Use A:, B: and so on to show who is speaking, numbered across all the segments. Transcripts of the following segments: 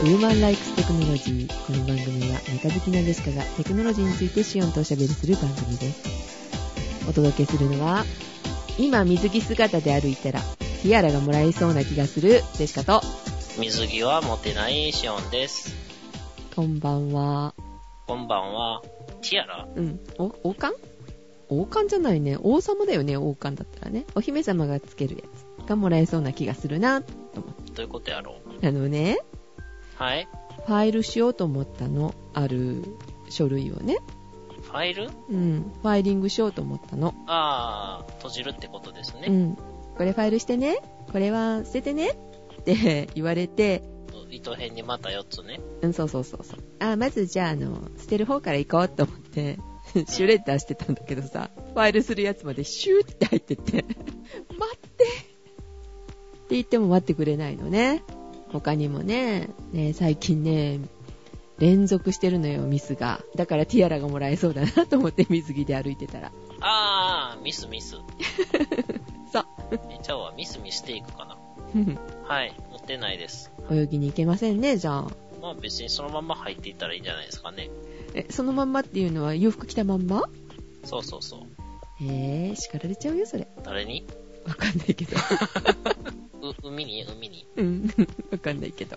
A: ウーマンライクステクノロジー。この番組はメカ好きなジェシカがテクノロジーについてシオンとおしゃべりする番組です。お届けするのは、今水着姿で歩いたら、ティアラがもらえそうな気がするジェシカと、
B: 水着は持てないシオンです。
A: こんばんは。
B: こんばんは。ティアラ
A: うん。お、王冠王冠じゃないね。王様だよね、王冠だったらね。お姫様がつけるやつがもらえそうな気がするな。
B: どういうことやろう
A: あのね、
B: はい
A: ファイルしようと思ったの。ある書類をね。
B: ファイル
A: うん。ファイリングしようと思ったの。
B: あー、閉じるってことです
A: う
B: ね。
A: ん。これファイルしてね。これは捨ててね。って言われて、
B: 糸編にまた4つね。
A: うん、そうそうそうそう。あ、まずじゃあ、あの、捨てる方から行こうと思って、 シュレッダーしてたんだけどさ、ファイルするやつまでシューって入ってて、待ってって言っても待ってくれないのね。他にもね、ね、最近ね、連続してるのよ、ミスが。だからティアラがもらえそうだなと思って水着で歩いて たら。
B: あー、ミスミス。
A: そう。
B: え、ちゃうわ、ミスミスしていくかな。
A: うん
B: はい、持ってないです。
A: 泳ぎに行けませんね、じゃあ。
B: まあ別にそのまま入っていったらいいんじゃないですかね。
A: え、そのまんまっていうのは洋服着たまんま
B: そうそうそう。
A: えー、叱られちゃうよ、それ。
B: 誰に
A: わかんない けど。
B: う、海に海に。
A: うん、わかんないけど。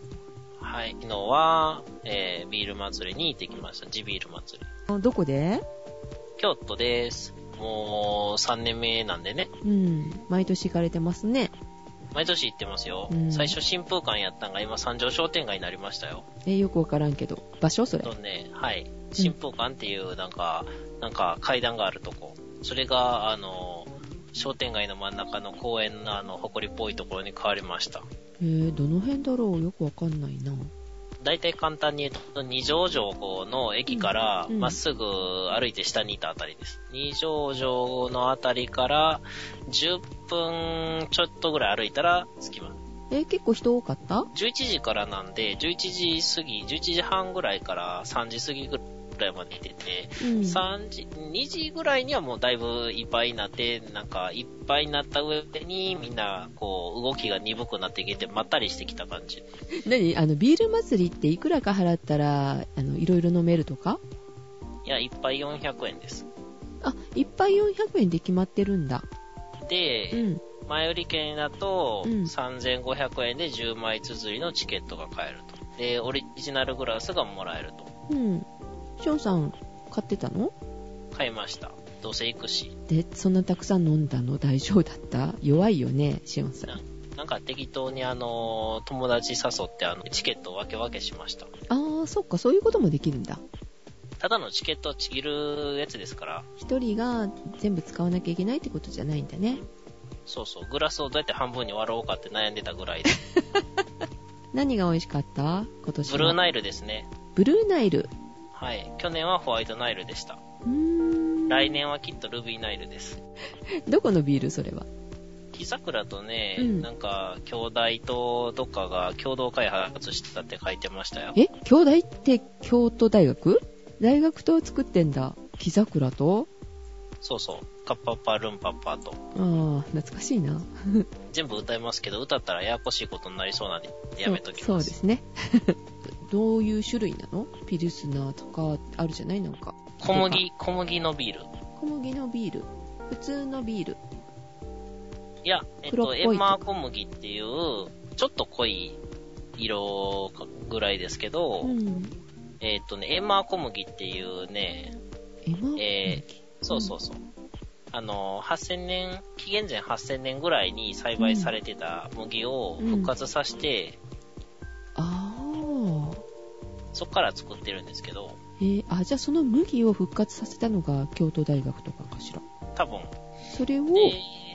B: はい。昨日は、えー、ビール祭りに行ってきました。地ビール祭り。
A: あどこで
B: 京都です。もう、3年目なんでね。
A: うん、毎年行かれてますね。
B: 毎年行ってますよ。
A: うん
B: 最初新風館やったんが今三条商店街になりましたよ。
A: え、よくわからんけど。場所それ
B: と。ね、はい。新風館っていうなんか、なんか階段があるとこ。それが、あの、商店街の真ん中の公園のあの、埃っぽいところに変わりました。
A: えー、どの辺だろうよくわかんないな。
B: 大体簡単に言うと、二条城の駅から
A: うん
B: まっすぐ歩いて下にいたあたりです。二条城のあたりから10分ちょっとぐらい歩いたら着きます。
A: え、結構人多かった
B: 11時からなんで、11時過ぎ、11時半ぐらいから3時過ぎぐらいまで出てて、
A: うん。
B: 3時、2時ぐらいにはもうだいぶいっぱいになって、なんかいっぱいになった上にみんなこう動きが鈍くなってきてまったりしてきた感じ。
A: 何あの、ビール祭りっていくらか払ったら、あの、いろいろ飲めるとか
B: いや、いっぱい400円です。
A: あ、いっぱい400円で決まってるんだ。う
B: で、
A: ん。
B: 前売り券だと
A: うん
B: 3500円で10枚綴りのチケットが買えると。で、オリジナルグラスがもらえると。
A: うん。ションさん、買ってたの
B: 買いました。どうせ行くし。
A: で、そんなたくさん飲んだの大丈夫だった弱いよね、シオンさん。
B: なんか適当にあの、友達誘ってあの、チケットを分け分けしました。
A: ああ、そっか、そういうこともできるんだ。
B: ただのチケットをちぎるやつですから、
A: 一人が全部使わなきゃいけないってことじゃないんだね。
B: そうそう、グラスをどうやって半分に割ろうかって悩んでたぐらいで。
A: 何が美味しかった今年は
B: ブルーナイルですね。
A: ブルーナイル。
B: はい。去年はホワイトナイルでした。
A: うーん
B: 来年はきっとルビーナイルです。
A: どこのビールそれは。
B: 木桜とね、
A: うん
B: なんか、兄弟とどっかが共同開発してたって書いてましたよ。
A: え兄弟って京都大学大学と作ってんだ。木桜と
B: そうそう。カッパッパルンパッパと。
A: ああ、懐かしいな。
B: 全部歌いますけど、歌ったらややこしいことになりそうなんで、やめとき
A: そう
B: ま。
A: ですすね。 どういう種類なのピルスナーとかあるじゃないなんか。
B: 小麦、小麦のビール。
A: 小麦のビール。普通のビール。
B: いや、えっ
A: 黒っぽ
B: と、
A: い
B: エンマー小麦っていう、ちょっと濃い色ぐらいですけど、
A: うん。
B: えっとね、エンマー小麦っていうね、
A: エマ
B: えそうそうそう。あの、8000年、紀元前8000年ぐらいに栽培されてた麦を復活させて、
A: ああ。
B: そこから作ってるんですけど、
A: えーあ、じゃあその麦を復活させたのが京都大学とかかしら。
B: 多分、
A: それを、
B: で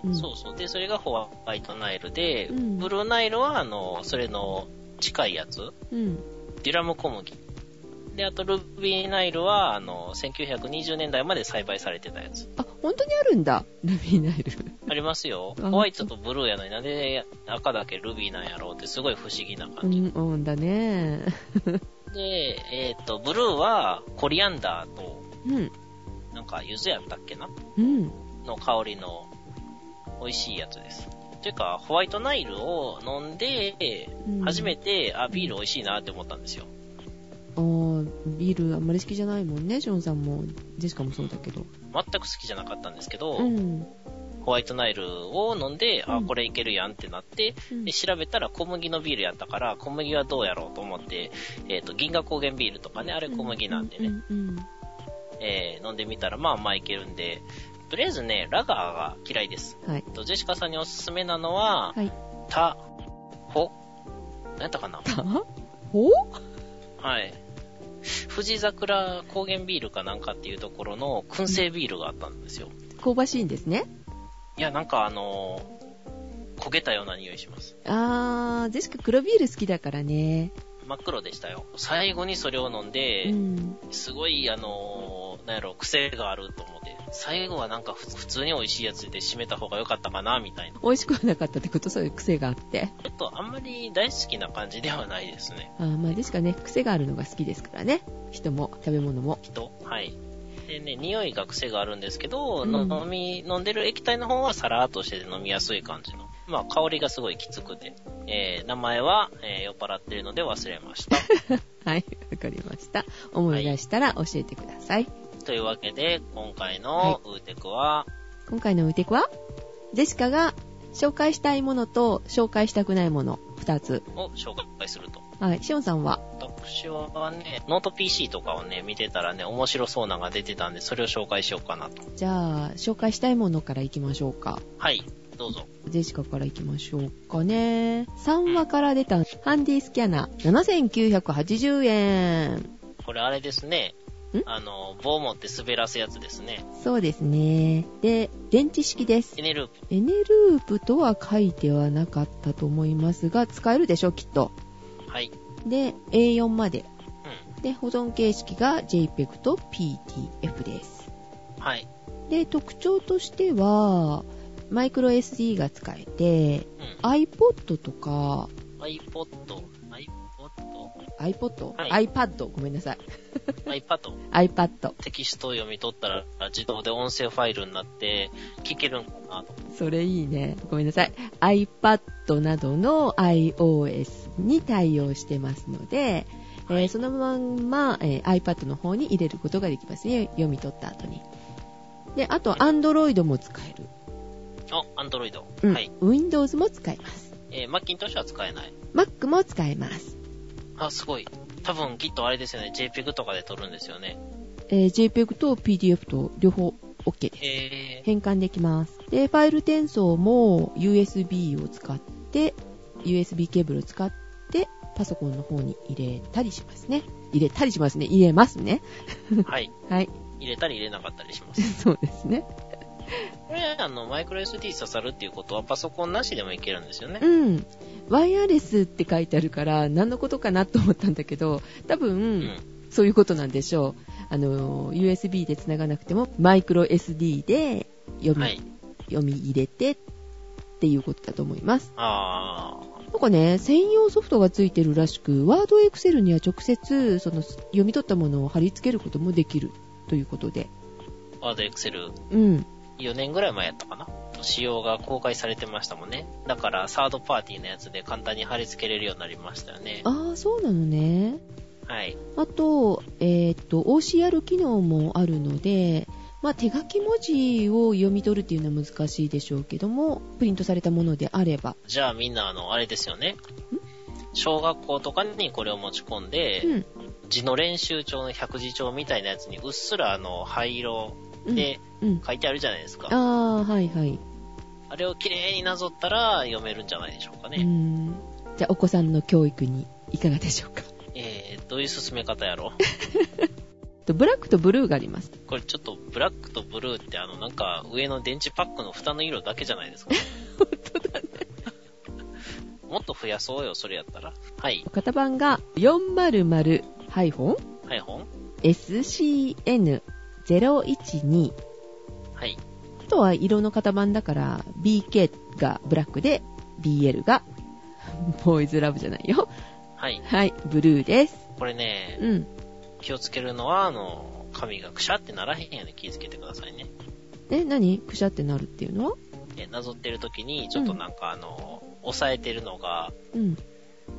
A: うん
B: そうそう。で、それがホワイトナイルで、
A: うん
B: ブルーナイルは、あの、それの近いやつ、
A: うん。
B: デュラム小麦。で、あと、ルビーナイルは、あの、1920年代まで栽培されてたやつ。
A: あ、本当にあるんだ。 ルビーナイル。
B: ありますよ。
A: あ
B: ホワイトとブルーやのになんで赤だけルビーなんやろうってすごい不思議な
A: う
B: 感じ。
A: ん、うんだね。
B: で、えっ、と、ブルーはコリアンダーと、
A: うん。
B: なんか、柚子やったっけな
A: うん。
B: の香りの美味しいやつです。というか、ホワイトナイルを飲んで、
A: うん
B: 初めて、あ、ビール美味しいなって思ったんですよ。
A: あービールあんまり好きじゃないもんねショーンさんもジェシカもそうだけど
B: 全く好きじゃなかったんですけど、
A: うん
B: ホワイトナイルを飲んで、あ、
A: うん
B: これいけるやんってなって、
A: うん
B: で、調べたら小麦のビールやったから、小麦はどうやろうと思って、えっ、と、銀河高原ビールとかね、あれ小麦なんでね、
A: うん
B: えー飲んでみたら、まあまあいけるんで、とりあえずね、ラガーが嫌いです。
A: はい
B: えっと、ジェシカさんにおすすめなのは、
A: はい
B: タ、ホ、何やったかな
A: たほ
B: はい。富士桜高原ビールかなんかっていうところの燻製ビールがあったんですよ。
A: 香ばしいんですね
B: いや、なんかあのー焦げたような匂いします。
A: あージェシカ黒ビール好きだからね
B: 真っ黒でしたよ。最後にそれを飲ん
A: う
B: で、
A: ん
B: すごい、あのーなんやろ、癖があると思って、最後はなんかふ普通に美味しいやつで締めた方が良かったかな、みたいな。
A: 美味しくはなかったってことそういう癖があって
B: ちょっとあんまり大好きな感じではないですね。
A: あーまあジェシカね癖があるのが好きですからね人も食べ物も
B: 人はい。でね、匂いが癖があるんですけど、
A: うん
B: の飲み、飲んでる液体の方はサラーっとしてて飲みやすい感じの。まあ、香りがすごいきつくて。えー、名前は、えー酔っ払ってるので忘れ ました。
A: はいわかりました思い出したら教えてください、
B: というわけで、今回
A: はい
B: のウーテクは、
A: 今回のウーテクはジェシカが紹介したいものと紹介したくないもの2つ
B: を紹介すると。
A: はいシオンさんは
B: 私はね、ノート PC とかをね、見てたらね、面白そうなのが出てたんで、それを紹介しようかなと。
A: じゃあ紹介したいものからいきましょうか
B: はい、どうぞ。
A: ジェシカからいきましょうかね3話から出たハンディスキャナー7980円
B: これあれですね
A: ん。
B: あの、棒持って滑らすやつですね。
A: そうですねで電池式です
B: エネループ。
A: エネループとは書いてはなかったと思いますが使えるでしょきっと
B: はい。
A: で A4 まで
B: う
A: で保存形式が JPEG と PTF です
B: ん。はい。
A: で特徴としてはマイクロ SD が使えて
B: うん。
A: iPod とか
B: iPod、iPod、
A: iPod、
B: は
A: iPad ごめんなさい
B: iPad、
A: iPad
B: テキストを読み取ったら自動で音声ファイルになって聞けるんかなと。
A: それいいねごめんなさい iPad などの iOS に対応してますので、えー
B: はい
A: そのまんま、えー iPad の方に入れることができますね読み取った後にであと Android も使える、
B: あ、Android。
A: うん
B: はい。
A: Windows も使えます
B: えー、マッキントッシュは使えない。
A: Mac も使えます
B: あ、すごい。多分きっとあれですよね。JPEG とかで撮るんですよね。
A: えー JPEG と PDF と両方 OK です。
B: えー、
A: 変換できます。で、ファイル転送も USB を使って、USB ケーブルを使って、パソコンの方に入れたりしますね。入れたりしますね。入れますね。
B: はい。
A: はい。
B: 入れたり入れなかったりします。
A: そうですね。
B: これ、あの、マイクロ SD 刺さるっていうことはパソコンなしでもいけるんですよね
A: う。ん。ワイヤレスって書いてあるから、何のことかなと思ったんだけど、多
B: う
A: 分、
B: ん。
A: そういうことなんでしょう。あの、USB で繋がなくても、マイクロ SD で読み、
B: はい。
A: 読み入れてっていうことだと思います。
B: あ
A: なんかね、専用ソフトがついてるらしく、ワードエクセルには直接、その、読み取ったものを貼り付けることもできるということで。
B: ー、ワードエクセル
A: うん。
B: 4年ぐらい前やったかな仕様が公開されてましたもんね。だから、サードパーティーのやつで簡単に貼り付けれるようになりましたよね。
A: ああ、そうなのね。
B: はい。
A: あと、えーっと、OCR 機能もあるので、まあ、手書き文字を読み取るっていうのは難しいでしょうけども、プリントされたものであれば。
B: じゃあみんな、あの、あれですよね。小学校とかにこれを持ち込ん
A: う
B: で、
A: ん。
B: 字の練習帳の百字帳みたいなやつにうっすらあの、灰色で
A: うん。
B: 書いてあるじゃないですか。
A: ああ、はいはい。
B: あれを綺麗になぞったら読めるんじゃないでしょうか
A: う
B: ね。
A: ん。じゃあ、お子さんの教育にいかがでしょうか。
B: えー、どういう進め方やろ
A: とブラックとブルーがあります。
B: これちょっとブラックとブルーってあの、なんか上の電池パックの蓋の色だけじゃな いですか。もっと増やそうよ、それやったら。はい。
A: 型番が 400-SCN012
B: はい、本はい。
A: あとは色の型番だから BK がブラックで BL がボーイズラブじゃないよ
B: はい。
A: はいブルーです
B: これね、
A: うん
B: 気をつけるのは、あの、髪がくしゃってならへんように気をつけてくださいね。
A: え何くしゃってなるっていうのは
B: えなぞってる時に、ちょっとなんかあの、抑えてるのが、
A: うん。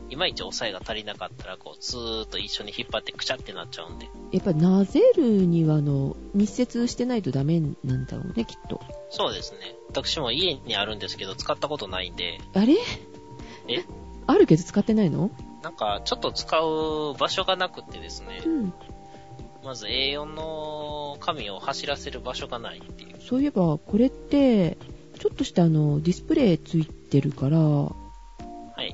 B: いまいち抑えが足りなかったら、こう、ずーっと一緒に引っ張ってくちゃってなっちゃうんで。
A: やっぱなぜるにはあの密接してないとダメなんだろうねきっと
B: そうですね。私も家にあるんですけど、使ったことないんで、
A: あれ
B: え
A: あるけど使ってないの
B: なんか、ちょっと使う場所がなくてですね
A: う、ん
B: まず A4 の紙を走らせる場所がないっていう。
A: そういえばこれってちょっとしたあのディスプレイついてるから
B: はい。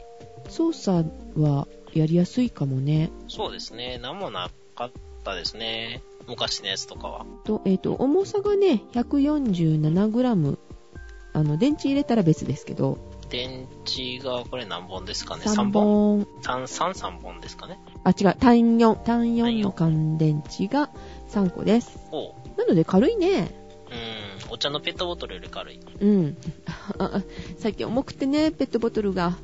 A: 操作はやりやすいかもね
B: そうですね。なんもなかったですね。昔のやつとかは。
A: と,、えー、と重さがね 147g あの電池入れたら別ですけど
B: 電池がこれ何本ですかね
A: 3。本
B: 3、3、3本ですかね。
A: あ違う単4単4の乾電池が3個です
B: おう。
A: なので軽いね
B: うん。お茶のペットボトルより軽い。
A: うん。あ最近重くてね、ペットボトルが。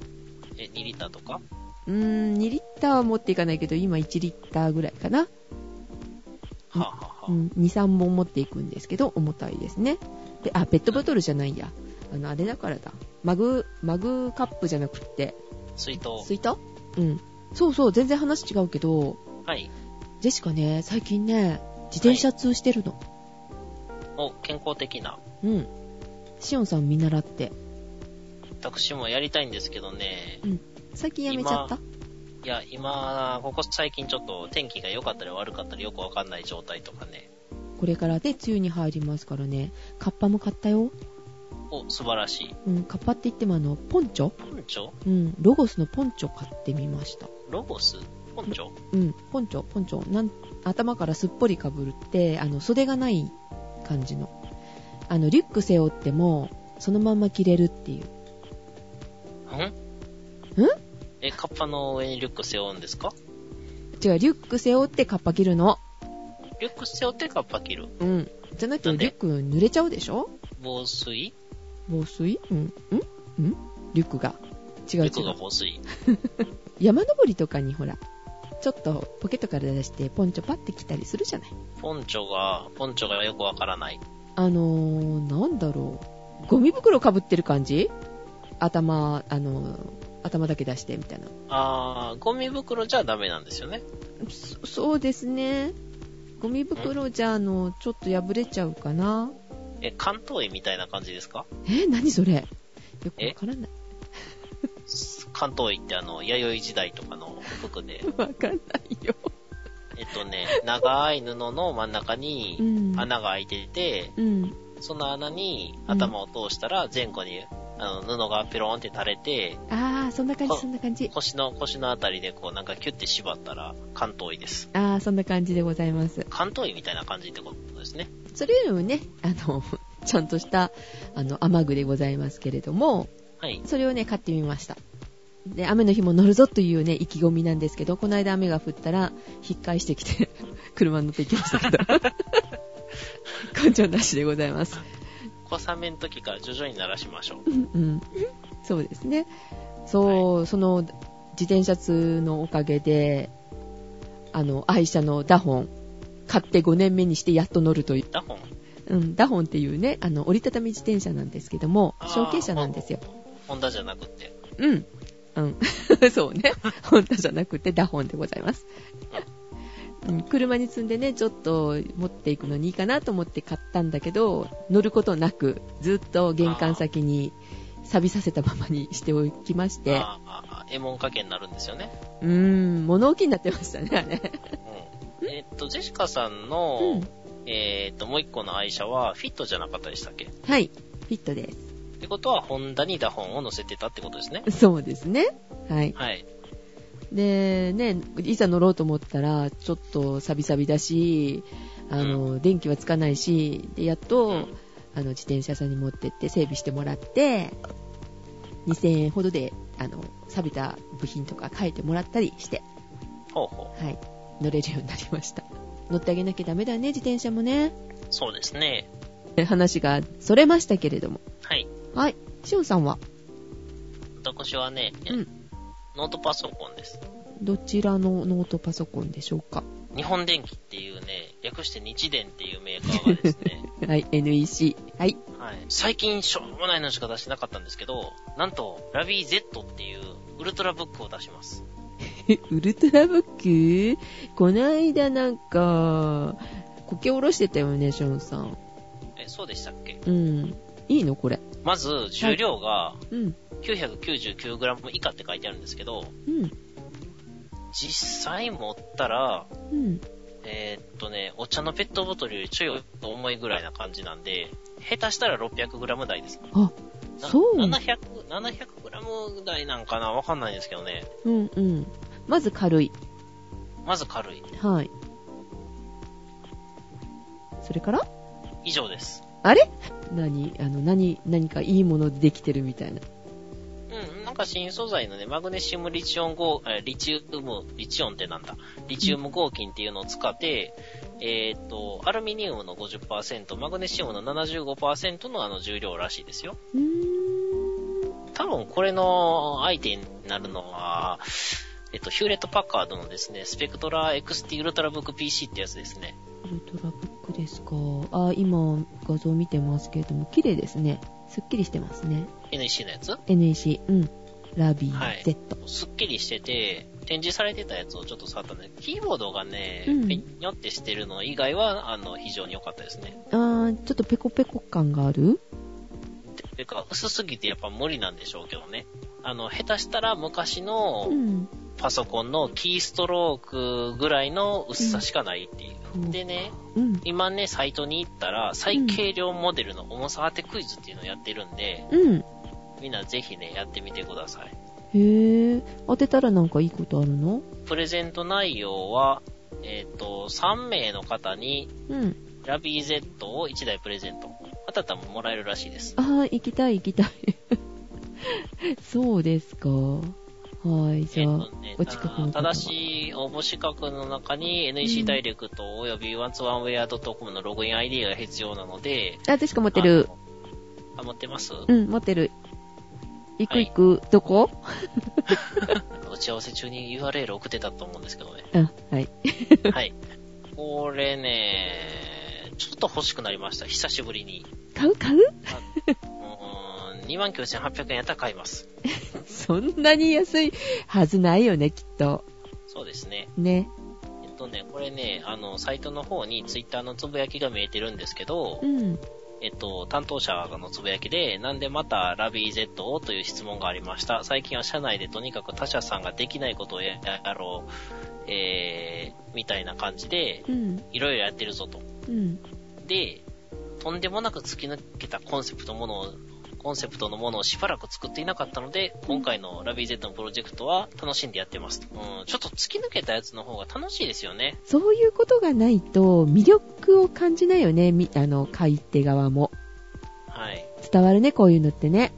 B: え、2リッターとか
A: うーん、2リッターは持っていかないけど、今1リッターぐらいかな。
B: はあ、はあは
A: う
B: あ、
A: ん、2、3本持っていくんですけど、重たいですね。で、あ、ペットボトルじゃないや。あの、あれだからだ。マグ、マグカップじゃなくって、
B: 水筒。
A: 水筒うん。そうそう、全然話違うけど、
B: はい。
A: ジェシカね、最近ね、自転車通してるの。
B: お、健康的な。
A: うん。シオンさん見習って。
B: 私もやりたいんですけどね。
A: 最近やめちゃった
B: いや、今、ここ最近ちょっと天気が良かったり悪かったりよくわかんない状態とかね。
A: これからね、梅雨に入りますからね、カッパも買ったよ。
B: お、素晴らしい。
A: うん、カッパって言ってもあの、ポンチョ
B: ポンチョ
A: うん、ロゴスのポンチョ買ってみました。
B: ロゴスポンチョ
A: うん、ポンチョ、ポンチョ、なん頭からすっぽりかぶるって、あの、袖がない感じの。あの、リュック背負っても、そのまんま着れるっていう。
B: ん
A: ん
B: え、カッパの上にリュック背負うんですか
A: 違う、リュック背負ってカッパ着るの。
B: リュック背負ってカッパ着る
A: うん。じゃないと
B: なんで
A: リュック濡れちゃうでしょ
B: 防水
A: 防水うん、んんリュックが。違う違
B: リュックが
A: う。
B: 防水
A: 山登りとかにほら、ちょっとポケットから出してポンチョパって着たりするじゃない
B: ポンチョが、ポンチョがよくわからない。
A: あのー、なんだろう。ゴミ袋かぶってる感じ頭、あのー、頭だけ出してみたいな。
B: あー、ゴミ袋じゃダメなんですよね。
A: そそうですね。ゴミ袋じゃ、あの、ちょっと破れちゃうかな。
B: え、関東医みたいな感じですか
A: え、何それよくわからない。
B: 関東医ってあの、弥生時代とかの服で。
A: わかんないよ。
B: えっとね、長い布の真ん中
A: う
B: に
A: ん。
B: 穴が開いてて、
A: うん。
B: その穴に頭を通したら前後にあの布がピローンって垂れて、
A: あー、そんな感じ、
B: あ
A: そんな感じ。
B: 腰の、腰のあたりでこうなんかキュッて縛ったら関東医です。
A: あー、そんな感じでございます。
B: 関東医みたいな感じってことですね。
A: それよりもね、あの、 ちゃんとした、あの、雨具でございますけれども、
B: はい。
A: それをね、買ってみました。で、雨の日も乗るぞというね、意気込みなんですけど、この間雨が降ったら、引っ返してきて、 車に乗って行きましたけ ど。根性なしでございます。
B: 小雨の時から徐々に鳴らしましょう。
A: うん。そうですね。そう、その、自転車通のおかげで、あの、愛車のダホン、買って5年目にしてやっと乗るという、
B: ダホン
A: うん、ダホンっていうね、あの、折りたたみ自転車なんですけども、小型車なんですよ。。
B: ホンダじゃなくて。
A: うん。うん。 そうね。本当じゃなくて、ダホンでございます。うん、車に積んでね、ちょっと持っていくのにいいかなと思って買ったんだけど、乗ることなく、ずっと玄関先に錆びさせたままにしておきまして、
B: あーあー、エモン掛けになるんですよね。
A: うーん、物置になってましたね、あれ。
B: うん。えっと、ジェシカさんの、えっと、もう一個の愛車はフィットじゃなかったでしたっけっ
A: はい。フィットで
B: てことは、ホンダにダホンを乗せてたってことですね。
A: す。そうですね。はい。
B: はい。
A: で、ね、いざ乗ろうと思ったら、ちょっとサビサビだし、あの、電気はつかないし、で、やっと、
B: うん
A: あの自転車屋さんに持ってって整備してもらって2000円ほどであの錆びた部品とか変えてもらったりして、
B: ほうほ
A: はい、乗れるようになりました乗ってあげなきゃダメだね自転車もね
B: う。そうですね。
A: 話がそれましたけれども
B: はい。
A: はいしおんさんは
B: 私はね、
A: うん
B: ノートパソコンです。
A: どちらのノートパソコンでしょうか
B: 日本 電機っていうね、略して日電っていうメーカーがですね、
A: はい NEC はい
B: ははい。最近、しょうもないのしか出してなかったんですけど、なんと、ラビー Z っていうウルトラブックを出します。
A: ウルトラブックこないだなんか、こけおろしてたよね、ショーンさん。
B: え、そうでしたっけ
A: うん。いいのこれ。
B: まず、重量が
A: うん。
B: 999g 以下って書いてあるんですけど、
A: うん。
B: 実際持ったら、
A: うん。
B: えーっとね、お茶のペットボトルよりちょい重いぐらいな感じなんで、下手したら 600g 台ですか
A: あ、
B: な
A: そうなの
B: ?700、700g 台なんかなわかんないんですけどね。
A: うんうん。まず軽い。
B: まず軽い。
A: はい。それから
B: 以上です。
A: あれ何あの、何、何かいいものでできてるみたいな。
B: うん、なんか新素材のね、マグネシウムリチオン合、えーリチウム、リチオンってなんだリチウム合金っていうのを使って、えーっと、アルミニウムの50%、マグネシウムの75%のあの重量らしいですよ。
A: うーん。
B: 多分これの相手になるのは、えっと、ヒューレット・パッカードのですね、スペクトラ XT ウルトラブック PC ってやつですね。
A: ウルトラブックですか。あ、今画像見てますけれども、綺麗ですね。すっきりしてますね。
B: NEC のやつ
A: NEC、うん。ラビ
B: は
A: ー
B: い
A: Z。
B: すっきりしてて、展示されてたやつをちょっと触ったんで、キーボードがね、
A: うん
B: ペニョってしてるの以外は、あの、非常に良かったですね。
A: あー、ちょっとペコペコ感がある
B: てか、薄すぎてやっぱ無理なんでしょうけどね。あの、下手したら昔の
A: ん。
B: パソコンのキーストロークぐらいの薄さしかないっていう。
A: うん
B: でね、
A: うん。
B: 今ね、サイトに行ったら、最軽量モデルの重さ当てクイズっていうのをやってるんで、
A: うん。
B: みんなぜひね、やってみてください。
A: へえ。当てたらなんかいいことあるの
B: プレゼント内容は、えっ、と、3名の方に、
A: うん。
B: ラビー Z を1台プレゼント。当たったらもらえるらしいです。
A: あー、行きたい行きたい。 そうですか。はい、じ
B: え
A: ゃ
B: っ
A: あ。
B: とね
A: お近くの方
B: あ
A: は
B: ただし、応募資格の中に
A: う
B: NEC
A: ん
B: ダイレクトおよび 121wear.com のログイン ID が必要なので、
A: あ、私か持ってる。
B: あの。あ、持ってます
A: うん、持ってる。行く
B: はい
A: 行く。どこ
B: 打ち合わせ中に URL 送ってたと思うんですけどね。
A: あ、はい。
B: はい。これね、ちょっと欲しくなりました。久しぶりに。
A: 買う買う
B: うーん、29,800円やったら買います。
A: そんなに安いはずないよね、きっと。
B: そうですね。
A: ね。
B: えっとね、これね、あの、サイトの方にツイッターのつぶやきが見えてるんですけど
A: う、ん。
B: えっと、担当者のつぶやきで、なんでまたラビー Z をという質問がありました。最近は社内でとにかく他社さんができないことをややろう、えー、みたいな感じで、
A: うん。
B: いろいろやってるぞと。
A: うん。で
B: で、とんでもなく突き抜けたコンセプトものを、コンセプトのものをしばらく作っていなかったので、今回のラビー Z のプロジェクトは楽しんでやってますと。うん、ちょっと突き抜けたやつの方が楽しいですよね。
A: そういうことがないと魅力を感じないよね、みあの、買い手側も。
B: はい。
A: 伝わるね、こういうのってね。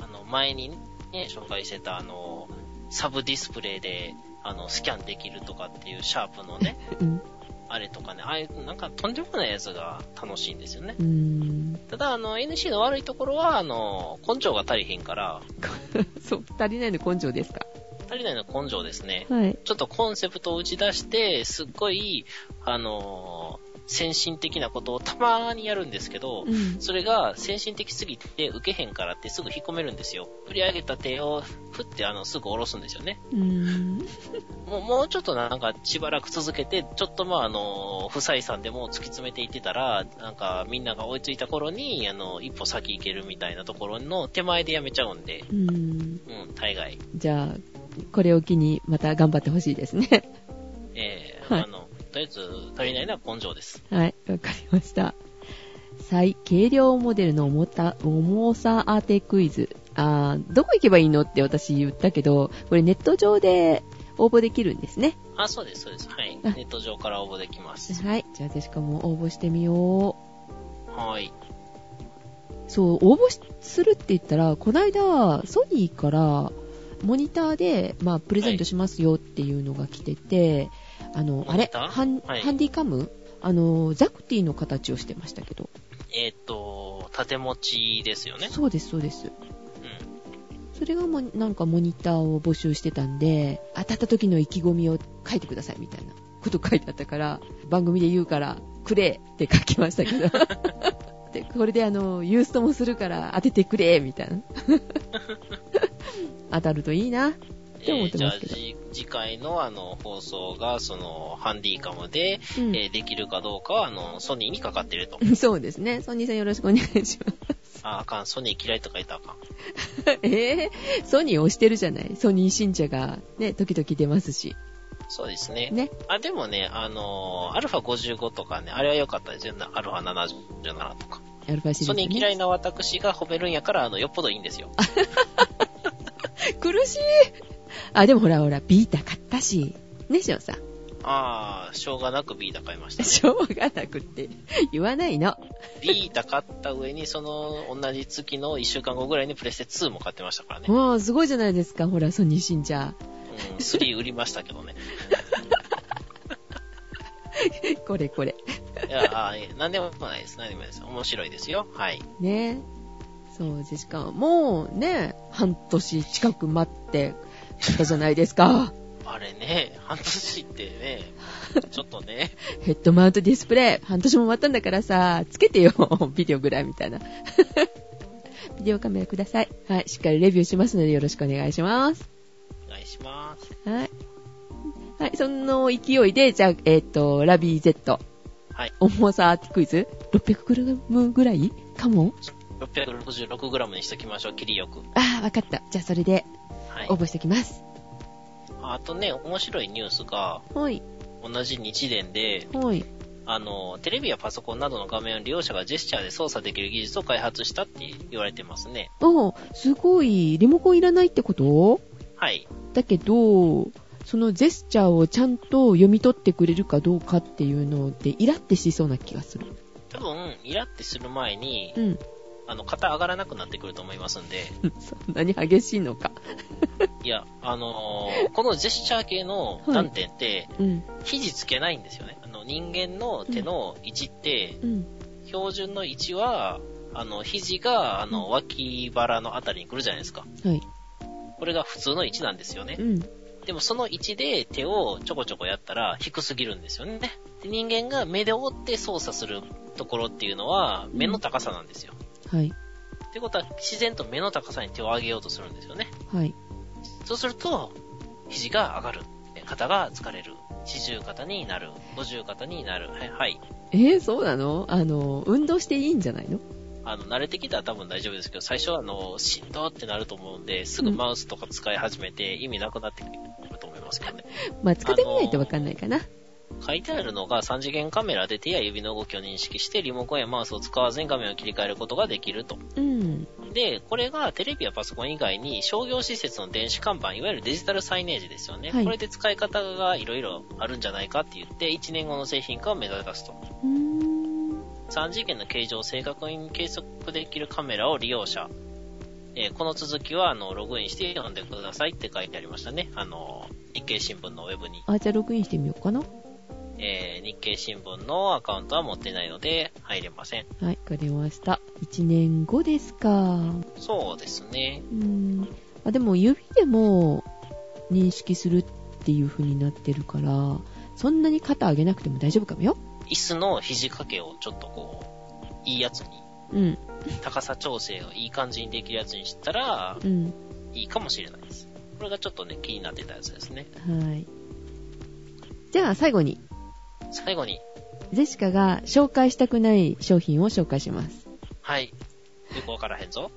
B: あの、前にね、紹介してた、あの、サブディスプレイで、あの、スキャンできるとかっていうシャープのね、
A: うん。
B: あれとかね、ああいう、なんかとんでもないやつが楽しいんですよね。
A: うーん。
B: ただ、あの、NC の悪いところは、あの、根性が足りへんから、
A: そう、足りないの根性ですか。
B: 足りないのは根性ですね。
A: はい。
B: ちょっとコンセプトを打ち出して、すっごい、あの、先進的なことをたまーにやるんですけど、
A: うん。
B: それが先進的すぎて受けへんからってすぐ引っ込めるんですよ。振り上げた手を振ってあのすぐ下ろすんですよね。
A: うーん。
B: もう、もうちょっとなんかしばらく続けて、ちょっとまああの、不採算でも突き詰めていってたら、なんかみんなが追いついた頃に、あの、一歩先行けるみたいなところの手前でやめちゃうんで、
A: うーん。
B: うん、大概。
A: じゃあ、これを機にまた頑張ってほしいですね。
B: えー
A: はい
B: あの、とりあえず足りないのは根性です。
A: はい、わかりました。最軽量モデルの重た重さ当てクイズ。あーどこ行けばいいのって私言ったけど、これネット上で応募できるんですね。
B: あ、そうです、そうです。はい。
A: あ
B: ネット上から応募できます。
A: はい。じゃあ、ジェシカも応募してみよ
B: はい。
A: う。そう、応募しするって言ったら、こないだ、ソニーから、モニターで、まあ、プレゼントしますよっていうのが来てて、あの、あ
B: モニ
A: れ
B: ター
A: ハン、
B: はい
A: ハンディカムあの、ザクティの形をしてましたけど。
B: えっ、と、縦持ちですよね。
A: そうです、そうです。
B: うん。
A: それがもうなんかモニターを募集してたんで当たった時の意気込みを書いてくださいみたいな こと書いてあったから番組で言うからくれって書きましたけどでって、これであの、ユーストもするから当ててくれ、みたい な。当たるといいな。って思ってますけど
B: えーじゃあ、じ次回のあの、放送が、その、ハンディカムで、
A: うん
B: えーできるかどうかは、あの、ソニーにかかってると。
A: そうですね。ソニーさんよろしくお願い します。
B: あ、あかん、ソニー嫌いとか言ったらあかん。
A: えー、ソニー押してるじゃない。ソニー信者がね、時々出ますし。
B: そうですね。
A: ね。
B: あ、でもね、あのー、アルファ55とかね、あれは良かったですよ。アルファ77とか。
A: アルファシリ
B: ソ
A: ーズ、ね。
B: ニー嫌いな私が褒めるんやから、あの、よっぽどいいんですよ。
A: 苦しい。あ、でもほらほら、ビータ買ったし。ね、しょうさん。
B: ああ、しょうがなくビータ買いましたね。
A: しょうがなくって言わないの。
B: ビータ買った上に、その、同じ月の1週間後ぐらいにプレステ2も買ってましたからね。
A: もうすごいじゃないですか、ほら、ソニー信者。
B: うん、3売りましたけどね。
A: これこれ。
B: いや、あーいえなんでもないです。なんでもないです。面白いですよ。はい。
A: ね。そうで、しかも、もうね、半年近く待って買ったじゃないですか。
B: あれね、半年ってね、ちょっとね、
A: ヘッドマウントディスプレイ、半年も待ったんだからさ、つけてよ、ビデオぐらいみたいな。 ビデオカメラください。はい、しっかりレビューしますのでよろしくお願いします。
B: お願いします。
A: はい。はい、その勢いで、じゃあ、えっ、と、ラビー Z。
B: はい。
A: 重さクイズ ?600g ぐらいかも
B: 666g にしときましょう、切りよく。
A: ああ、わかった。じゃあ、それで
B: はい
A: 応。募してきます。
B: あとね、面白いニュースが、
A: はい、
B: 同じ日電で、
A: はい。
B: あの、テレビやパソコンなどの画面を利用者がジェスチャーで操作できる技術を開発したって言われてますね。
A: おーすごい、リモコンいらないってこと
B: はい。
A: だけど、そのジェスチャーをちゃんと読み取ってくれるかどうかっていうので、イラってしそうな気がする。
B: 多分、イラってする前に
A: う、ん。
B: あの、肩上がらなくなってくると思いますんで、
A: そんなに激しいのか。
B: いや、あのーこのジェスチャー系の難点って、
A: うん。
B: 肘つけないんですよね。あの、人間の手の位置って、
A: うん。
B: 標準の位置は、あの、肘が、あの、脇腹のあたりに来るじゃないですか。
A: はい。
B: これが普通の位置なんですよね
A: う。ん。
B: でもその位置で手をちょこちょこやったら低すぎるんですよね。で人間が目で追って操作するところっていうのは、目の高さなんですよ。
A: はい。
B: ってことは、自然と目の高さに手を上げようとするんですよね。
A: はい。
B: そうすると、肘が上がる。肩が疲れる。四十肩になる。五十肩になる。はい、はい。
A: えー、そうなのあの、運動していいんじゃないの
B: あの、慣れてきたら多分大丈夫ですけど、最初はあの、しんどってなると思うんで、すぐマウスとか使い始めて意味なくなってくると思いますけどね。
A: まあ、使ってみないとわかんないかな。
B: 書いてあるのが3次元カメラで手や指の動きを認識してリモコンやマウスを使わずに画面を切り替えることができると。
A: うん。
B: で、これがテレビやパソコン以外に商業施設の電子看板、いわゆるデジタルサイネージですよね。
A: はい
B: これで使い方がいろいろあるんじゃないかって言って、1年後の製品化を目指すと。
A: うーん。
B: 3次元の形状を正確に計測できるカメラを利用者。えーこの続きは、あの、ログインして読んでくださいって書いてありましたね。あの、日経新聞のウェブに。
A: あ、じゃあログインしてみようかな。
B: えー日経新聞のアカウントは持ってないので入れません。
A: はい、わかりました。1年後ですか。
B: そうですね。
A: うーんあでも指でも認識するっていう風になってるからそんなに肩上げなくても大丈夫かもよ
B: 椅子の肘掛けをちょっとこう、いいやつに、
A: うん
B: 高さ調整をいい感じにできるやつにしたら
A: う、ん
B: いいかもしれないです。これがちょっとね、気になってたやつですね。
A: はいじゃあ最後に
B: 最後に、
A: ゼシカが紹介したくない商品を紹介します
B: はい。よくわからへんぞ。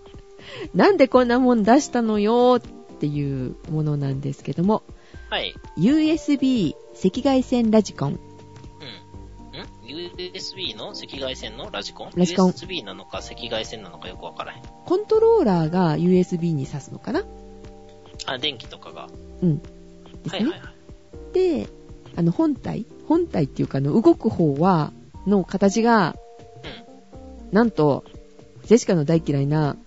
A: なんでこんなもん出したのよっていうものなんですけども
B: はい。
A: USB 赤外線ラジコン
B: うん。ん ?USB の赤外線のラジコン
A: ラジコン
B: ?USB なのか赤外線なのかよくわからへん。
A: コントローラーが USB に挿すのかな
B: あ、電気とかが。
A: うんです
B: は
A: ね、
B: いはいはい。
A: で、あの本体本体っていうかあの動く方は、の形が、なんと、ジェシカの大嫌いな、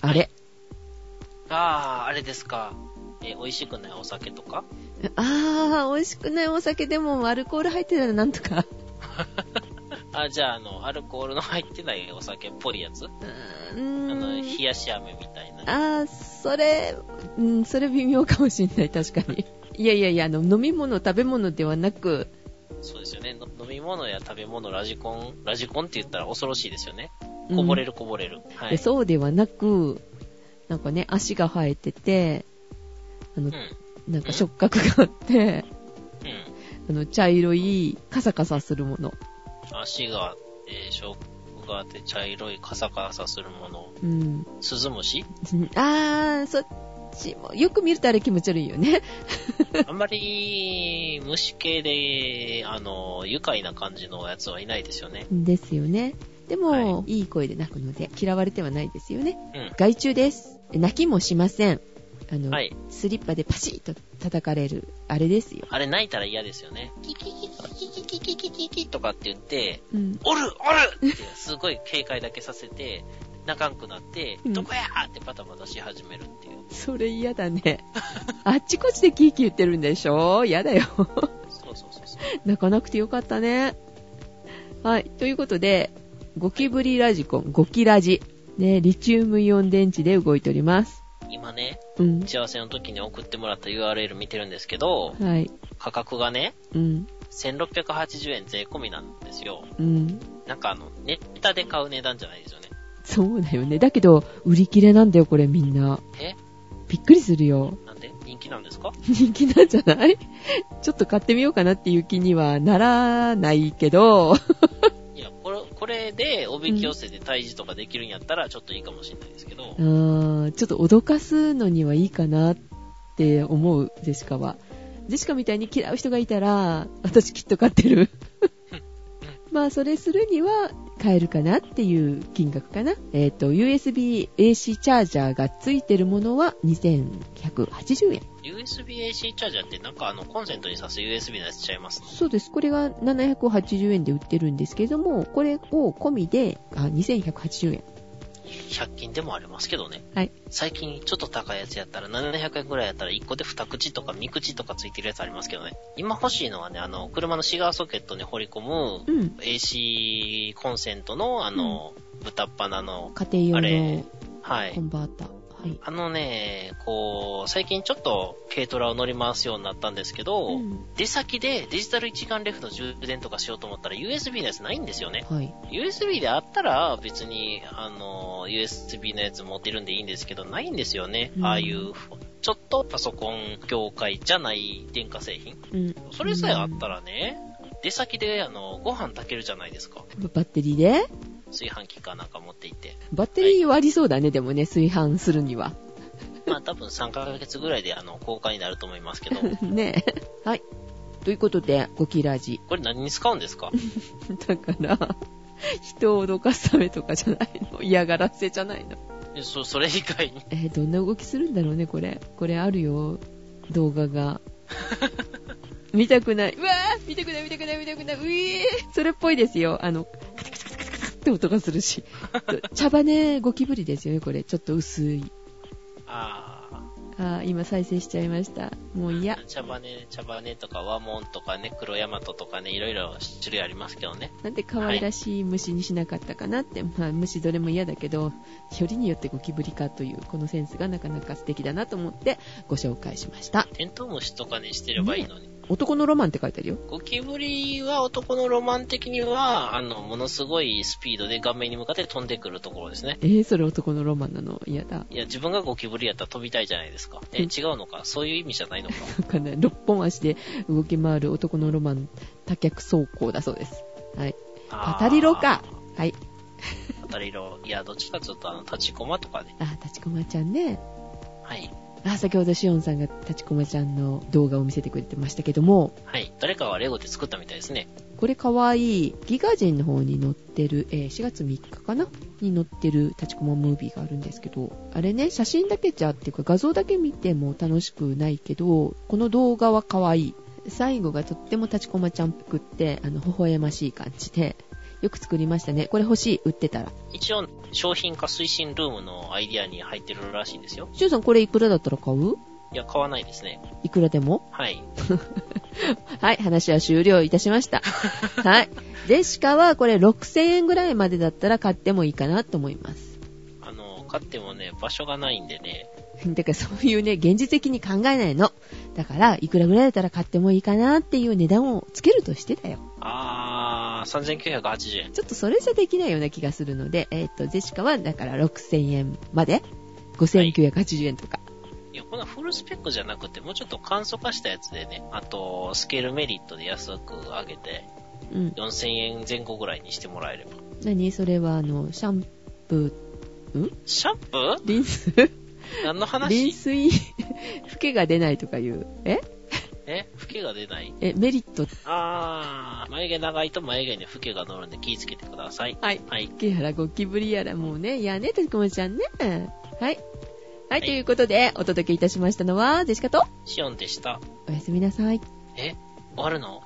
A: あれ。
B: あー、あれですか。えー美味しくないお酒とか
A: あー、美味しくないお酒でもアルコール入ってたらなんとか。
B: あ、じゃあ、あの、アルコールの入ってないお酒っぽいやつ
A: う
B: あの、
A: ーん。
B: 冷やし飴みたいな。
A: あー、それ、うん、それ微妙かもしんない、確かに。 いやいやいや、あの、飲み物、食べ物ではなく、
B: そうですよね。の飲み物や食べ物、ラジコン、ラジコンって言ったら恐ろしいですよね。こぼれるこぼれる。は
A: で
B: い。
A: そうではなく、なんかね、足が生えてて、あの
B: う、ん。
A: なんか触覚があって、
B: う
A: あの、茶色い、カサカサするもの。
B: ん。足があって、食があって、茶色いカサカサするもの。
A: うん。
B: スズムシ
A: あー、そっちも、よく見るとあれ気持ち悪いよね。
B: あんまり、虫系で、あの、愉快な感じのやつはいないですよね。
A: ですよね。でも、、
B: はい
A: い声で鳴くので、嫌われてはないですよね。
B: うん。
A: 害虫です。泣きもしません。あの、
B: はい。
A: スリッパでパシッと叩かれる、あれですよ。
B: あれ泣いたら嫌ですよね。キキキキキキキキキキとかって言って、
A: うん。
B: おるおるってすごい警戒だけさせて、泣かんくなって、
A: うん
B: どこやーってパタパタし始めるっていう。
A: それ嫌だ ね。あっちこっちでキーキー言ってるんでしょ嫌だよ。
B: そうそうそうそう。
A: 泣かなくてよかったね。はい。ということで、ゴキブリラジコン、ゴキラジ。ね、リチウムイオン電池で動いております。
B: 今ね、
A: うん
B: 打。ち合わせの時に送ってもらった URL 見てるんですけど、
A: はい。
B: 価格がね、
A: うん。
B: 1680円税込みなんですよ。
A: うん。
B: なんかあの、ネタで買う値段じゃないですよね。
A: そうだよね。だけど、売り切れなんだよ、これみんな。
B: え
A: びっくりするよ。
B: なんで人気なんですか
A: 人気なんじゃない ちょっと買ってみようかなっていう気にはならないけど、
B: いや、これ、これで、おびき寄せて退治とかできるんやったら、ちょっといいかもしれないですけど
A: あ、ーちょっと脅かすのにはいいかなって思う、ジェシカは。ジェシカみたいに嫌う人がいたら、私きっと買ってる。 まあ、それするには、買えるかなっていう金額かな。えっ、と、USB-AC チャージャーがついてるものは2180円。
B: USB-AC チャージャーってなんかあの、コンセントに挿す USB のやつちゃいますの
A: そうです。これが780円で売ってるんですけども、これを込みで、あ、2180円。
B: 100均でもありますけどね。
A: はい。
B: 最近ちょっと高いやつやったら、700円くらいやったら、1個で2口とか3口とかついてるやつありますけどね。今欲しいのはね、あの、車のシガーソケットに掘り込む、
A: うん。
B: AC コンセントの、あの、豚っ鼻の、
A: 家庭用の
B: あれはい
A: コ。ンバーター。はい。
B: あのね、こう、最近ちょっと軽トラを乗り回すようになったんですけど、
A: うん
B: 出先でデジタル一眼レフの充電とかしようと思ったら USB のやつないんですよね。
A: はい。
B: USB であったら別に、あの、USB のやつ持ってるんでいいんですけど、ないんですよね。
A: うん
B: ああいう、ちょっとパソコン業界じゃない電化製品。
A: うん。
B: それさえあったらね、出先であの、ご飯炊けるじゃないですか。
A: バッテリーで
B: 炊飯器かなんか持っていって。
A: バッテリー割りそうだね、でもね、炊飯するには。
B: まあ多分3ヶ月ぐらいであの、公開になると思いますけど。
A: ねえ。はい。ということで、ゴキラジ。
B: これ何に使うんですか
A: だから、人を脅かすためとかじゃないの嫌がらせじゃないの
B: えそそれ以外に。
A: えーどんな動きするんだろうね、これ。これあるよ、動画 が。見たくない。うわー見たくない、見たくない、見たくない。うえーそれっぽいですよ。あの、カタカタカタカタカタって音がする し。茶羽ゴキブリですよね、これ。ちょっと薄い。
B: ああ。
A: あー今再生しちゃいました。もう嫌。
B: 茶羽、茶羽とか和紋とかね、黒大和とかね、いろいろ種類ありますけどね。
A: なんで可愛らしい虫にしなかったかなって。まあ、虫どれも嫌だけど、よりによってゴキブリかという、このセンスがなかなか素敵だなと思ってご紹介しました。
B: テントウムシとかにしてればいいのに。
A: 男のロマンって書いてあるよ。
B: ゴキブリは男のロマン的には、あの、ものすごいスピードで顔面に向かって飛んでくるところですね。
A: えー、それ男のロマンなの嫌だ。
B: いや、自分がゴキブリやったら飛びたいじゃないですか。え、
A: うん
B: 違うのかそういう意味じゃないのか
A: わかんない。六本足で動き回る男のロマン、多脚走行だそうです。はい。
B: あー
A: パタリロか。はい。
B: パタリロ。いや、どっちかちょっとあの、立ちコマとかね。
A: あ、立ちこまちゃんね。
B: はい。
A: あ、先ほどしおんさんが立ちこまちゃんの動画を見せてくれてましたけども、
B: はい。誰かはレゴで作ったみたいですね。
A: これかわいい、ギガ人の方に載ってる、えー4月3日かなに載ってる立ちこまムービーがあるんですけど、あれね、写真だけじゃっていうか画像だけ見ても楽しくないけど、この動画はかわいい。最後がとっても立ちこまちゃんっぽくって、あの、微笑ましい感じで、よく作りましたね。これ欲しい、売ってたら。
B: 一応、商品化推進ルームのアイディアに入ってるらしいんですよ。
A: しゅんさん、これいくらだったら買う
B: いや、買わないですね。
A: いくらでも
B: はい。
A: はい、話は終了いたしました。はい。でしかは、これ6000円ぐらいまでだったら買ってもいいかなと思います。
B: あの、買ってもね、場所がないんでね。
A: だからそういうね、現実的に考えないの。だから、いくらぐらいだったら買ってもいいかなっていう値段をつけるとしてだよ。
B: ああ、3980円。
A: ちょっとそれじゃできないような気がするので、えっ、と、ジェシカはだから6000円まで、5980円とか。
B: いや、こんなフルスペックじゃなくて、もうちょっと簡素化したやつでね、あと、スケールメリットで安く上げて、
A: うん。
B: 4000円前後ぐらいにしてもらえれば。
A: 何それは、あの、シャンプー、ん
B: シャンプー
A: リンス
B: 何
A: リ
B: の
A: ン
B: 話
A: スイン、フケが出ないとかいう。え
B: えフケが出ない
A: え、メリット、
B: あー、眉毛長いと眉毛にフケが乗るんで気ぃつけてください。
A: はい。
B: はい。
A: ケやらゴキブリやらもうね、いやね、てくもちゃんね。はい。はいい、ということで、お届けいたしましたのは、ジェシカと、
B: シオンでした。
A: おやすみなさい。
B: え終わるの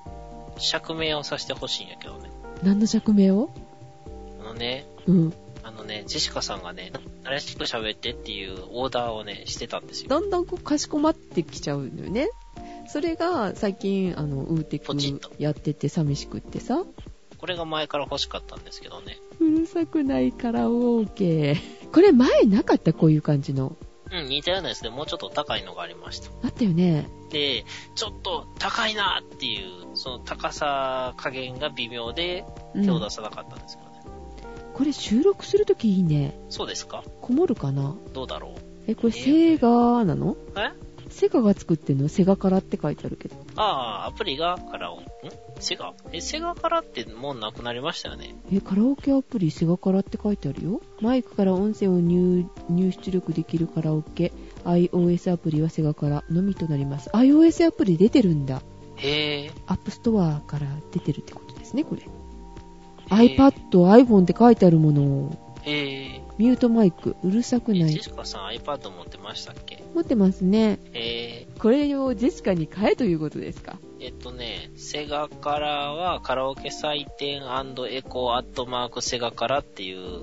B: 釈明をさせてほしいんやけどね。
A: 何の釈明を
B: あのね、
A: うん。
B: あのね、ジェシカさんがね、慣れしく喋ってっていうオーダーをね、してたんですよ。
A: だんだんこう、かしこまってきちゃうのよね。それが、最近、あの、ウーテ
B: ポチッと
A: クやってて寂しくってさ、
B: これが前から欲しかったんですけどね。
A: うるさくないカラオケ。 これ前なかったこういう感じの。
B: うん、似たようなやつでもうちょっと高いのがありました。
A: あったよね。
B: で、ちょっと高いなっていう、その高さ加減が微妙で
A: うん、
B: 手を出さなかったんですけどね。
A: これ収録するときいいね。
B: そうですか
A: こもるかな
B: どうだろう
A: え、これ
B: えー
A: セガなの
B: え
A: セガが作ってんのセガからって書いてあるけど。
B: ああ、アプリがからを、んセガえ、セガからってもうなくなりましたよね。
A: え、カラオケアプリセガからって書いてあるよ。マイクから音声を入入出力できるカラオケ。iOS アプリはセガからのみとなります。iOS アプリ出てるんだ。
B: へえ。
A: アップストアから出てるってことですね、これ。
B: へえ
A: iPad、iPhone って書いてあるもの。
B: へえ。
A: ミュートマイク、うるさく
B: えジ
A: な
B: ェ
A: い。
B: シカさん iPad 持ってましたっけ
A: 持ってますね。
B: え
A: これをジェシカに変えということですか。
B: えっとね、セガからはカラオケ採点エコーアットマークセガからっていう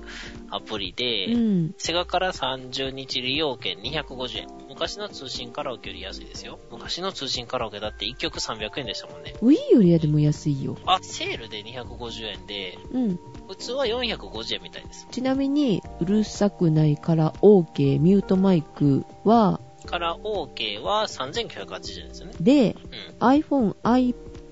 B: アプリで、
A: うん。
B: セガから30日利用券250円。昔の通信カラオケより安いですよ。昔の通信カラオケだって1曲300円でしたもんね。
A: ウィーよりはでも安いよ。
B: あ、セールで250円で、
A: うん。
B: 普通は450円みたいです。
A: ちなみに、うるさくないカラオケ、ミュートマイクは、
B: カラオケは3980円ですよね。
A: で、
B: うん。
A: iPhone、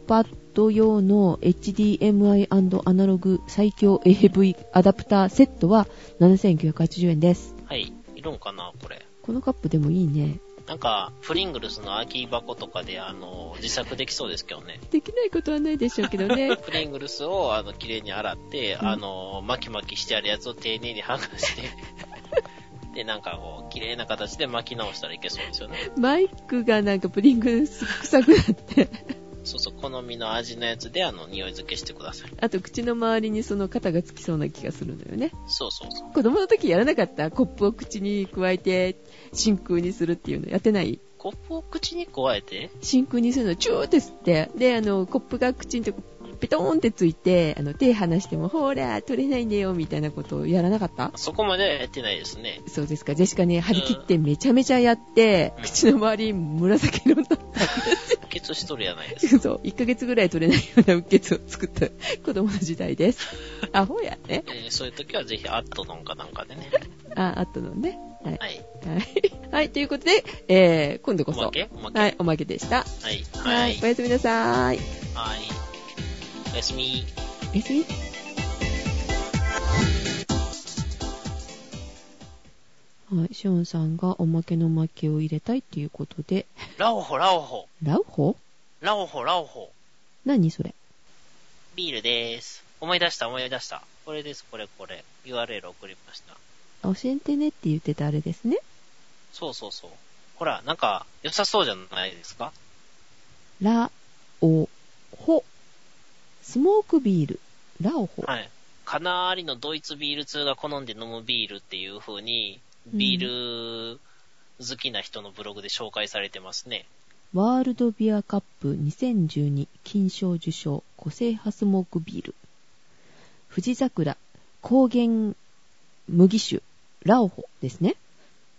A: iPad 用の HDMI& アナログ最強 AV アダプターセットは7980円です。
B: はい。いるんかな、これ。
A: このカップでもいいね。
B: なんか、プリングルスの空き箱とかで、あの、自作できそうですけどね。
A: できないことはないでしょうけどね。
B: プリングルスを、あの、綺麗に洗って、
A: うん
B: あの、巻き巻きしてあるやつを丁寧に剥がして、 で、なんかこう、綺麗な形で巻き直したらいけそうですよね。
A: マイクがなんかプリングス臭くなって、
B: そうそう、好みの味のやつで、あの、匂い付けしてください。
A: あと口の周りにその肩がつきそうな気がするんだよね。
B: そうそうそう。
A: 子供の時やらなかったコップを口に加えて真空にするっていうのやってない
B: コップを口に加えて、
A: 真空にするのチューって吸ってであのコップが口にとこペトーンってついてあの手離してもほら取れないんだよみたいなことをやらなかった
B: そこまではやってないですね。
A: そうですかジェシカね張り切ってめちゃめちゃやって
B: うん
A: 口の周り紫色になった
B: 不潔しとるやないですか。
A: そう1ヶ月ぐらい取れないようなうっ血を作った子供の時代ですアホやね
B: えーそういう時はぜひ、アットノンかなんかでね。
A: ああったのねはい
B: はい。
A: はい、はい、ということで、えー、今度
B: お
A: こ
B: ま
A: そ
B: けおまけ
A: はいおまけでした
B: はい。は
A: はいい。お。やすみなさーい。
B: はい。おやすみ。
A: おやすみ。はい、シオンさんがおまけの負けを入れたいっていうことで、
B: ラオホ、ラオホ。
A: ラウホ
B: ラオホ、ラオホ。
A: 何それ
B: ビールでーす。思い出した、思い出した。これです、これ、これ。URL 送りました。
A: あ教えてねって言ってたあれですね。
B: そうそうそう。ほら、なんか、良さそうじゃないですか
A: ラ、オ、ホ。スモークビール。ラオホ。
B: はい。かなりのドイツビール通が好んで飲むビールっていう風に、ビール好きな人のブログで紹介されてますね。
A: ワールドビアカップ2012金賞受賞、個性派スモークビール。富士桜、高原麦酒、ラオホですね。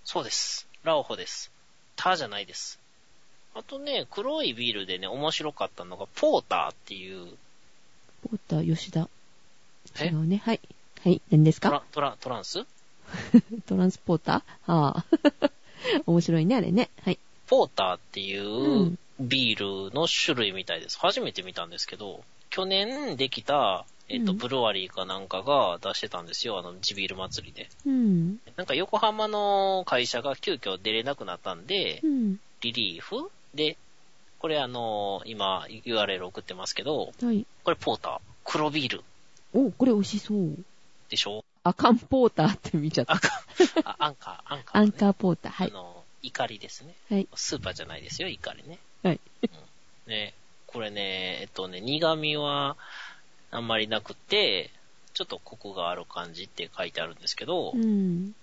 B: そうです。ラオホです。タじゃないです。あとね、黒いビールでね、面白かったのが、ポーターっていう、
A: ポーター、吉田。
B: え
A: 違うね。はい。はい。何です
B: ト
A: か
B: ラトラトランス
A: トランスポ ーターああ。面白いね、あれね。はい。
B: ポーターっていううんビビールの種類みたいです。初めて見たんですけど、去年できた、えっと、
A: うん
B: ブルワリーかなんかが出してたんですよ、あの、地ビール祭りで。
A: うん。
B: なんか横浜の会社が急遽出れなくなったんで
A: う、ん。
B: リリーフで、これあの、今 URL 送ってますけど、
A: はい。
B: これポーター。黒ビール
A: お、これ美味しそう。
B: でしょ
A: アカンポーターって見ちゃった。
B: あ、アンカー、アンカー、
A: アンカーポーター。は
B: あ
A: い。
B: の、怒りですね。
A: はい。
B: スーパーじゃないですよ、怒りね。
A: はい
B: うん。ね、これね、えっとね、苦味はあんまりなくて、ちょっとコクがある感じって書いてあるんですけど、
A: う
B: うん。
A: ん。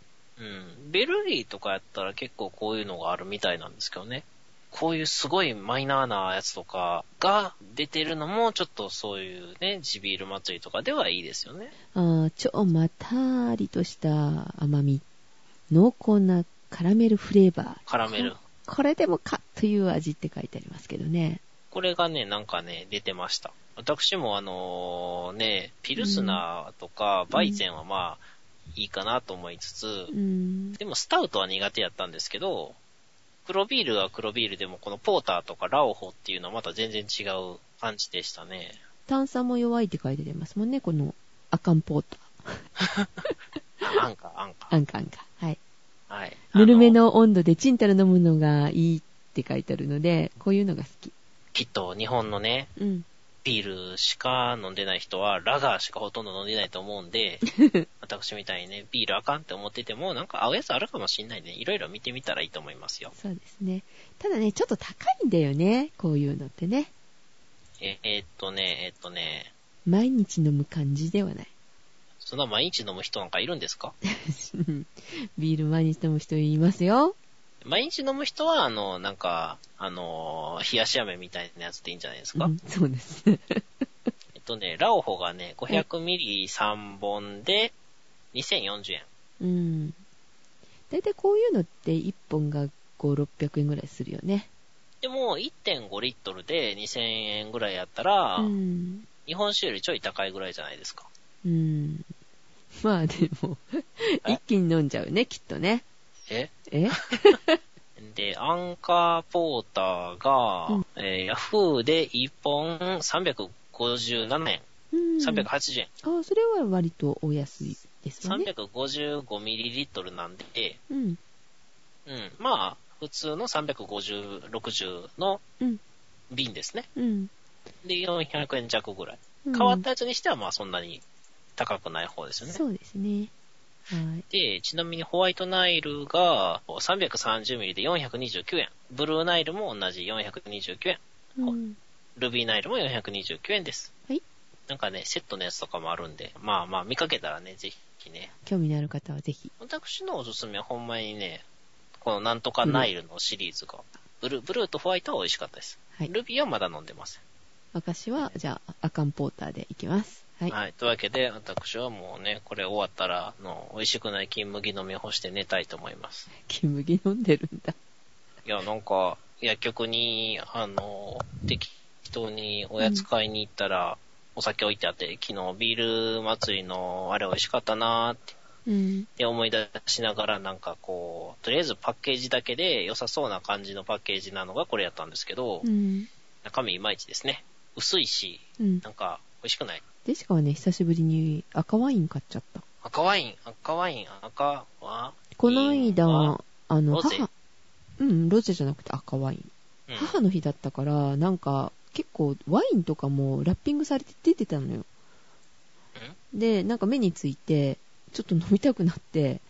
B: ベルリーとかやったら結構こういうのがあるみたいなんですけどね。こういうすごいマイナーなやつとかが出てるのも、ちょっとそういうね、地ビール祭りとかではいいですよね。
A: あー超まったりとした甘み。濃厚なカラメルフレーバー。
B: カラメル。
A: これでもかという味って書いてありますけどね。
B: これがね、なんかね、出てました。私もあのね、ピルスナーとかバイゼンはまあ、いいかなと思いつつ
A: う、ん。
B: でもスタウトは苦手やったんですけど、黒ビールは黒ビールでもこのポーターとかラオホっていうのはまた全然違う感じでしたね。
A: 炭酸も弱いって書いてありますもんね、このアカンポータ
B: あアンカー、アンカ
A: ー。アンカーアンカー。はい。
B: ー。はい。
A: ぬるめ
B: あ。
A: の温度でチンタラ飲むのがいいって書いてあるので、こういうのが好き。
B: きっと日本のね、
A: うん。
B: ビールしか飲んでない人は、ラガーしかほとんど飲んでないと思うん で、私みたいにね、ビールあかんって思ってても、なんか合うやつあるかもしんないんで、いろいろ見てみたらいいと思いますよ。
A: そうですね。ただね、ちょっと高いんだよね、こういうのってね。
B: え、えーっとね、えーっとね、
A: 毎日飲む感じではない。
B: そんな毎日飲む人なんかいるんですか
A: ビール毎日飲む人いますよ。
B: 毎日飲む人は、あの、なんか、あのー冷やし飴みたいなやつでいいんじゃないですか、
A: うん、そうですね。
B: えっとね、ラオホがね、500ml3 本で、2040円。
A: うん。だいたいこういうのって1本が5、600円ぐらいするよね。
B: でも、1.5リットルで2000円ぐらいやったら、
A: うん。
B: 日本酒よりちょい高いぐらいじゃないですか。
A: うん。まあで も、一気に飲んじゃうね、きっとね。
B: え
A: え
B: で、アンカーポーターが、
A: うん
B: えーヤフーで1本357円、
A: うん。
B: 380円、
A: あそれは割とお安いですよね。
B: 355ml なんで、
A: うん。
B: うん、まあ、普通の350、60の
A: うん
B: 瓶ですね。
A: うん。
B: で、400円弱ぐらい。
A: うん
B: 変わったやつにしては、まあそんなに高くない方ですよね。
A: そうですね。はい。
B: で、ちなみにホワイトナイルが 330ml で429円。ブルーナイルも同じ429円。
A: うん。
B: ルビーナイルも429円です。
A: はい。
B: なんかね、セットのやつとかもあるんで、まあまあ見かけたらね、ぜひね。
A: 興味のある方はぜひ。
B: 私のおすすめはほんまにね、このなんとかナイルのシリーズが、ブルー、ブルーとホワイトは美味しかったです。
A: はい。
B: ルビーはまだ飲んでません。
A: 私は、じゃあ、アカンポーターでいきます。は。
B: はいい。というわけで、私はもうね、これ終わったら、あの、美味しくない金麦飲み干して寝たいと思います。
A: 金麦飲んでるんだ。
B: いや、なんか、薬局に、あの、適当におやつ買いに行ったら、お酒置いてあって、昨日ビール祭りのあれ美味しかったなーって。
A: うん。
B: で、思い出しながら、なんかこう、とりあえずパッケージだけで良さそうな感じのパッケージなのがこれやったんですけど、
A: うん。
B: 中身いまいちですね。薄いし、
A: うん。
B: なんか、美味しくない。
A: でしかはね、久しぶりに赤ワイン買っちゃった。
B: 赤ワイン、赤ワイン、赤は、
A: この間、
B: は
A: あの、
B: ロゼ
A: 母、うん、ロゼじゃなくて赤ワイン。
B: うん、
A: 母の日だったから、なんか、結構ワインとかもラッピングされて出てたのよ。で、なんか目について、ちょっと飲みたくなって、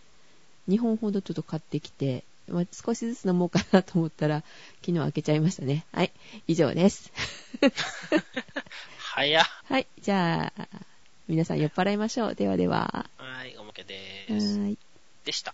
A: 2本ほどちょっと買ってきて、まあ、少しずつ飲もうかなと思ったら、昨日開けちゃいましたね。はい、以上です。
B: 早っ。
A: はい、じゃあ、皆さん酔っ払いましょう。ではでは。
B: はい、おまけで
A: は
B: す。
A: ーい。
B: でした。